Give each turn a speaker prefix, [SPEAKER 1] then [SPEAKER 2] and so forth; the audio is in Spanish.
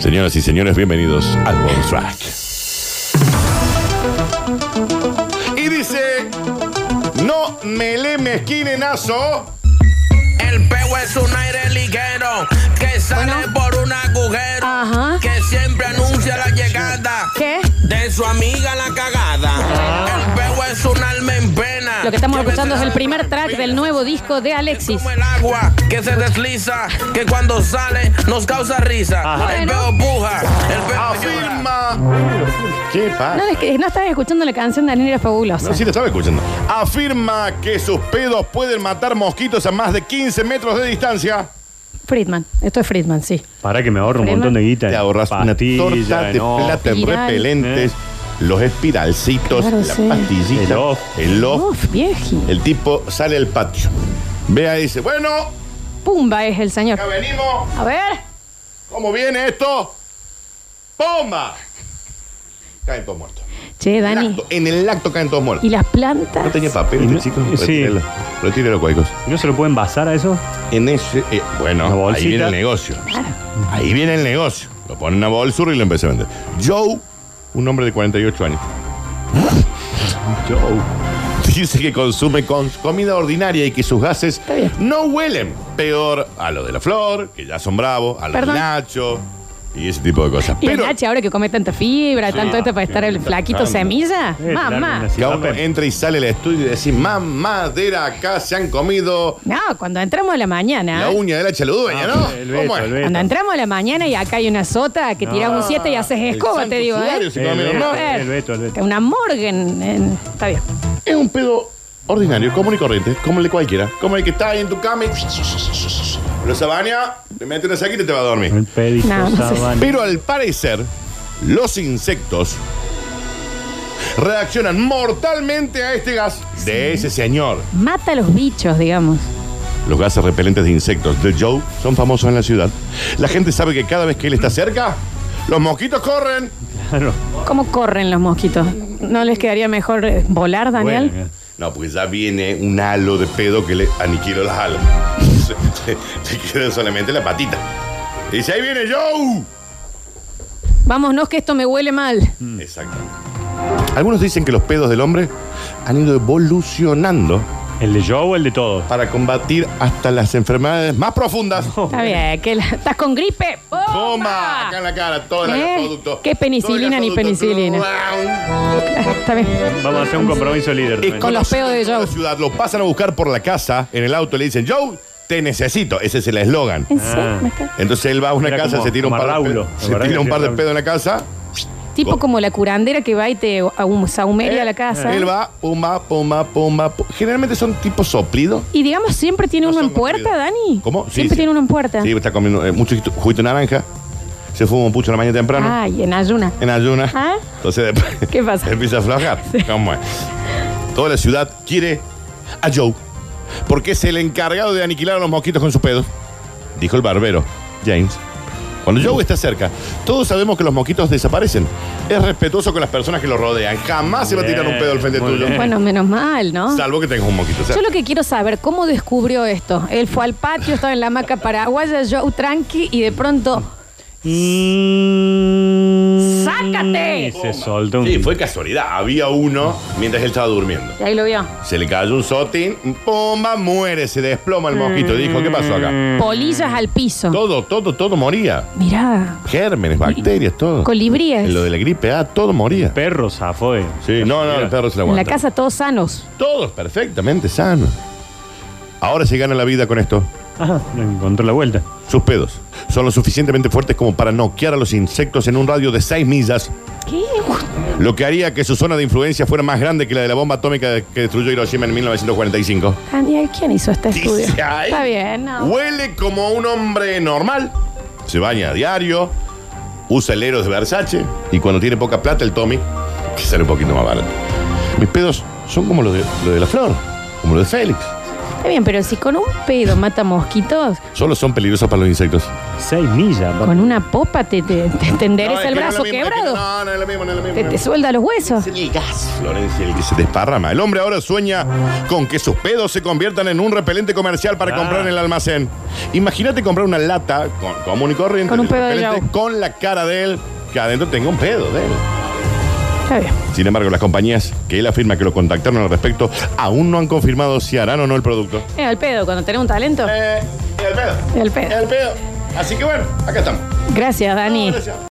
[SPEAKER 1] Señoras y señores, bienvenidos al bonus track. Y dice, no me le mezquinenazo.
[SPEAKER 2] El peo es un aire ligero que sale por un agujero
[SPEAKER 3] Ajá.
[SPEAKER 2] que siempre anuncia la llegada
[SPEAKER 3] ¿Qué? Ah.
[SPEAKER 2] de su amiga la cagada. El peo es un alma en pena.
[SPEAKER 3] Lo que estamos escuchando es el
[SPEAKER 2] primer
[SPEAKER 3] primer track del nuevo disco de Alexis.
[SPEAKER 2] como el agua que se desliza, que cuando sale nos causa risa. El peo puja, el peo llora.
[SPEAKER 1] Afirma. ¿Qué
[SPEAKER 3] No,
[SPEAKER 1] pasa?
[SPEAKER 3] es que no estás escuchando la canción de Anira Fabulosa.
[SPEAKER 1] No, sí lo estaba escuchando. Afirma que sus pedos pueden matar mosquitos a más de 15 metros de distancia.
[SPEAKER 3] Friedman. Esto es Friedman, sí.
[SPEAKER 4] Para que me ahorro un
[SPEAKER 3] Crema.
[SPEAKER 4] montón de guita.
[SPEAKER 1] Te
[SPEAKER 4] en
[SPEAKER 1] ahorras una
[SPEAKER 4] pastillas,
[SPEAKER 1] torta de
[SPEAKER 4] no.
[SPEAKER 1] plata en
[SPEAKER 3] Espiral.
[SPEAKER 1] repelentes, los espiralcitos,
[SPEAKER 3] Claro,
[SPEAKER 1] la
[SPEAKER 3] sí.
[SPEAKER 1] pastillita,
[SPEAKER 4] El off.
[SPEAKER 1] el off.
[SPEAKER 3] Uf, vieji.
[SPEAKER 1] El tipo sale al patio. Vea y dice, bueno,
[SPEAKER 3] Pumba es el señor.
[SPEAKER 1] acá venimos.
[SPEAKER 3] A ver.
[SPEAKER 1] ¿Cómo viene esto? ¡Pumba! Caen todos muertos.
[SPEAKER 3] Che, Dani.
[SPEAKER 1] Lacto, en el lacto caen todos muertos.
[SPEAKER 3] ¿Y las plantas?
[SPEAKER 1] No tenía
[SPEAKER 4] Y
[SPEAKER 1] papel, este
[SPEAKER 4] no-
[SPEAKER 1] chico.
[SPEAKER 4] sí.
[SPEAKER 1] Retírelo. Retírelo, cuicos.
[SPEAKER 4] ¿No se lo pueden basar a eso?
[SPEAKER 1] En ese, eh,
[SPEAKER 4] Una
[SPEAKER 1] bueno, ahí
[SPEAKER 4] bolsita.
[SPEAKER 1] viene el negocio. Ahí viene el negocio. Lo pone en una bolsura y lo empieza a vender. Joe, un hombre de 48 años,
[SPEAKER 4] Yo.
[SPEAKER 1] dice que consume con comida ordinaria y que sus gases
[SPEAKER 3] Está bien.
[SPEAKER 1] no huelen peor a lo de la flor, que ya son bravos, a lo del
[SPEAKER 3] Perdón.
[SPEAKER 1] Nacho y ese tipo de cosas.
[SPEAKER 3] Y el
[SPEAKER 1] Pero
[SPEAKER 3] Nachi, ahora que come tanta fibra, tanto esto para estar el
[SPEAKER 1] está
[SPEAKER 3] flaquito
[SPEAKER 1] tanto.
[SPEAKER 3] semilla.
[SPEAKER 4] Eh,
[SPEAKER 3] Mamá.
[SPEAKER 4] largo, así.
[SPEAKER 1] cada uno entra y sale al estudio y dice, mamadera, acá se han comido
[SPEAKER 3] No, cuando entramos a la mañana.
[SPEAKER 1] la uña de la chaludueña,
[SPEAKER 4] Ah,
[SPEAKER 1] ¿no?
[SPEAKER 4] el Beto,
[SPEAKER 1] ¿Cómo es?
[SPEAKER 4] el Beto.
[SPEAKER 3] Cuando entramos a la mañana y acá hay una sota que tirás un 7 y haces
[SPEAKER 1] El
[SPEAKER 3] escoba,
[SPEAKER 1] santo
[SPEAKER 3] te digo,
[SPEAKER 1] sudario
[SPEAKER 3] ¿eh?
[SPEAKER 1] se come,
[SPEAKER 4] El
[SPEAKER 1] ¿no?
[SPEAKER 4] Beto.
[SPEAKER 3] A ver,
[SPEAKER 4] el Beto, el Beto.
[SPEAKER 3] Una morgue en- en- Está bien.
[SPEAKER 1] Es un pedo ordinario, común y corriente, como el de cualquiera. Como el que está ahí en tu cama y... Lo sabania, te mete una saquita y te va a dormir.
[SPEAKER 4] El pedico
[SPEAKER 3] No, no sé.
[SPEAKER 4] sábana.
[SPEAKER 1] Pero al parecer, los insectos reaccionan mortalmente a este gas de ese señor.
[SPEAKER 3] Mata a los bichos, digamos.
[SPEAKER 1] Los gases repelentes de insectos del Joe son famosos en la ciudad. La gente sabe que cada vez que él está cerca, los mosquitos corren.
[SPEAKER 4] Claro.
[SPEAKER 3] ¿Cómo corren los mosquitos? ¿No les quedaría mejor eh, volar, Daniel?
[SPEAKER 4] Bueno, eh.
[SPEAKER 1] No, porque ya viene un halo de pedo que le aniquiló las alas. Te queda solamente la patita. Y dice, ahí viene Joe.
[SPEAKER 3] Vámonos que esto me huele mal.
[SPEAKER 1] Mm. Exacto. Hmm. Algunos dicen que los pedos del hombre han ido evolucionando
[SPEAKER 4] ¿El de Joe o el de todos?
[SPEAKER 1] para combatir hasta las enfermedades más profundas.
[SPEAKER 3] Está bien, que la- estás con gripe.
[SPEAKER 1] Toma,
[SPEAKER 3] ¡Bomba!
[SPEAKER 1] acá en la cara, todo el
[SPEAKER 3] ¿Eh?
[SPEAKER 1] gasoducto.
[SPEAKER 3] ¿Qué
[SPEAKER 1] Todo
[SPEAKER 3] penicilina
[SPEAKER 1] el
[SPEAKER 3] ni
[SPEAKER 1] gasoducto.
[SPEAKER 3] penicilina? Está bien.
[SPEAKER 4] Vamos a hacer un compromiso líder.
[SPEAKER 1] Es
[SPEAKER 4] también.
[SPEAKER 3] con los pedos de
[SPEAKER 1] conocido en
[SPEAKER 3] Joe.
[SPEAKER 1] la ciudad, lo pasan a buscar por la casa, en el auto le dicen, Joe, te necesito. Ese es el eslogan.
[SPEAKER 3] ¿En serio?
[SPEAKER 4] Ah.
[SPEAKER 3] Me está-
[SPEAKER 1] Entonces él va a una
[SPEAKER 4] Era
[SPEAKER 1] casa,
[SPEAKER 4] como-
[SPEAKER 1] se tira un
[SPEAKER 4] como
[SPEAKER 1] par de
[SPEAKER 4] Raulo,
[SPEAKER 1] pedos.
[SPEAKER 4] ¿te
[SPEAKER 1] Se
[SPEAKER 4] acordás
[SPEAKER 1] tira
[SPEAKER 4] que
[SPEAKER 1] un par de
[SPEAKER 4] hacía
[SPEAKER 1] pedos en la casa.
[SPEAKER 3] Tipo
[SPEAKER 1] Go-
[SPEAKER 3] como la curandera que va y te a un saumeria a la casa.
[SPEAKER 1] Eh, Él va, pumba, pumba, pumba. pu- Generalmente son tipo soplido.
[SPEAKER 3] Y digamos, siempre tiene
[SPEAKER 1] No
[SPEAKER 3] uno
[SPEAKER 1] son
[SPEAKER 3] en puerta,
[SPEAKER 1] conocidos.
[SPEAKER 3] Dani.
[SPEAKER 1] ¿Cómo? Sí,
[SPEAKER 3] siempre
[SPEAKER 1] sí.
[SPEAKER 3] tiene uno en puerta.
[SPEAKER 1] Sí, está comiendo eh, mucho juguito de naranja. Se fuma un pucho en la mañana temprano.
[SPEAKER 3] Ay, en ayuna.
[SPEAKER 1] en ayunas.
[SPEAKER 3] Ah.
[SPEAKER 1] Entonces después
[SPEAKER 3] ¿Qué pasa?
[SPEAKER 1] empieza a aflojar. ¿Cómo es? Toda la ciudad quiere a Joe porque es el encargado de aniquilar a los mosquitos con sus pedos, dijo el barbero, James. Cuando Joe está cerca, todos sabemos que los mosquitos desaparecen. Es respetuoso con las personas que lo rodean. Jamás se va a tirar un pedo al frente
[SPEAKER 4] Muy
[SPEAKER 1] tuyo.
[SPEAKER 4] bien.
[SPEAKER 3] Bueno, menos mal, ¿no?
[SPEAKER 1] Salvo que tengas un mosquito cerca.
[SPEAKER 3] Ah. Yo lo que quiero saber, ¿cómo descubrió esto? Él fue al patio, estaba en la hamaca paraguaya, yo tranqui, y de pronto,
[SPEAKER 4] Mm.
[SPEAKER 3] ¡sácate!
[SPEAKER 4] Y se soltó un...
[SPEAKER 1] Sí, fue casualidad. Había uno mientras él estaba durmiendo.
[SPEAKER 3] Y ahí lo vio.
[SPEAKER 1] Se le cayó un sotín, ¡pumba! Muere, se desploma el mosquito. Dijo, ¿qué pasó
[SPEAKER 3] Mm.
[SPEAKER 1] acá?
[SPEAKER 3] Polillas al piso.
[SPEAKER 1] Todo, todo, todo moría.
[SPEAKER 3] Mirá,
[SPEAKER 1] Gérmenes, bacterias, todo.
[SPEAKER 3] colibríes.
[SPEAKER 1] En Ah, lo de la gripe A, todo moría.
[SPEAKER 4] Perro zafó. eh.
[SPEAKER 1] Sí, no, no, el perro se la
[SPEAKER 3] En
[SPEAKER 1] aguanta.
[SPEAKER 3] la casa todos sanos.
[SPEAKER 1] Todos perfectamente sanos. Ahora se gana la vida con esto.
[SPEAKER 4] Ajá, le encontró la vuelta.
[SPEAKER 1] Sus pedos son lo suficientemente fuertes como para noquear a los insectos en un radio de 6 millas,
[SPEAKER 3] ¿Qué?
[SPEAKER 1] lo que haría que su zona de influencia fuera más grande que la de la bomba atómica que destruyó Hiroshima en 1945.
[SPEAKER 3] Daniel, ¿quién hizo este estudio?
[SPEAKER 1] Dice ahí.
[SPEAKER 3] Está bien, no.
[SPEAKER 1] Huele como un hombre normal. Se baña a diario. Usa el Eros de Versace. Y cuando tiene poca plata, el Tommy, que sale un poquito más barato. Mis pedos son como los de, lo de la flor, como los de Félix.
[SPEAKER 3] Está bien, pero si con un pedo mata mosquitos,
[SPEAKER 1] Solo son peligrosos para los insectos.
[SPEAKER 4] Seis millas. va.
[SPEAKER 3] con una popa te, te, te- te endereza
[SPEAKER 1] No, es
[SPEAKER 3] el
[SPEAKER 1] que no es
[SPEAKER 3] brazo
[SPEAKER 1] lo mismo, es que
[SPEAKER 3] quebrado.
[SPEAKER 1] No, no es lo mismo, no es lo mismo.
[SPEAKER 3] Te,
[SPEAKER 1] no
[SPEAKER 3] te
[SPEAKER 1] es lo
[SPEAKER 3] suelda los huesos.
[SPEAKER 1] mismo. Es el gas, Florencia, el que se desparrama. El hombre ahora sueña con que sus pedos se conviertan en un repelente comercial para
[SPEAKER 4] Ah.
[SPEAKER 1] comprar en el almacén. Imagínate comprar una lata con, común y corriente
[SPEAKER 3] Con un pedo de
[SPEAKER 1] repelente
[SPEAKER 3] Joe.
[SPEAKER 1] con la cara de él, que adentro tenga un pedo de él.
[SPEAKER 3] Está bien.
[SPEAKER 1] Sin embargo, las compañías que él afirma que lo contactaron al respecto aún no han confirmado si harán o no el producto.
[SPEAKER 3] Es al pedo, cuando tenés un talento.
[SPEAKER 1] Eh, el pedo.
[SPEAKER 3] El pedo.
[SPEAKER 1] El pedo. Así que bueno, acá estamos.
[SPEAKER 3] Gracias, Dani.
[SPEAKER 1] Gracias.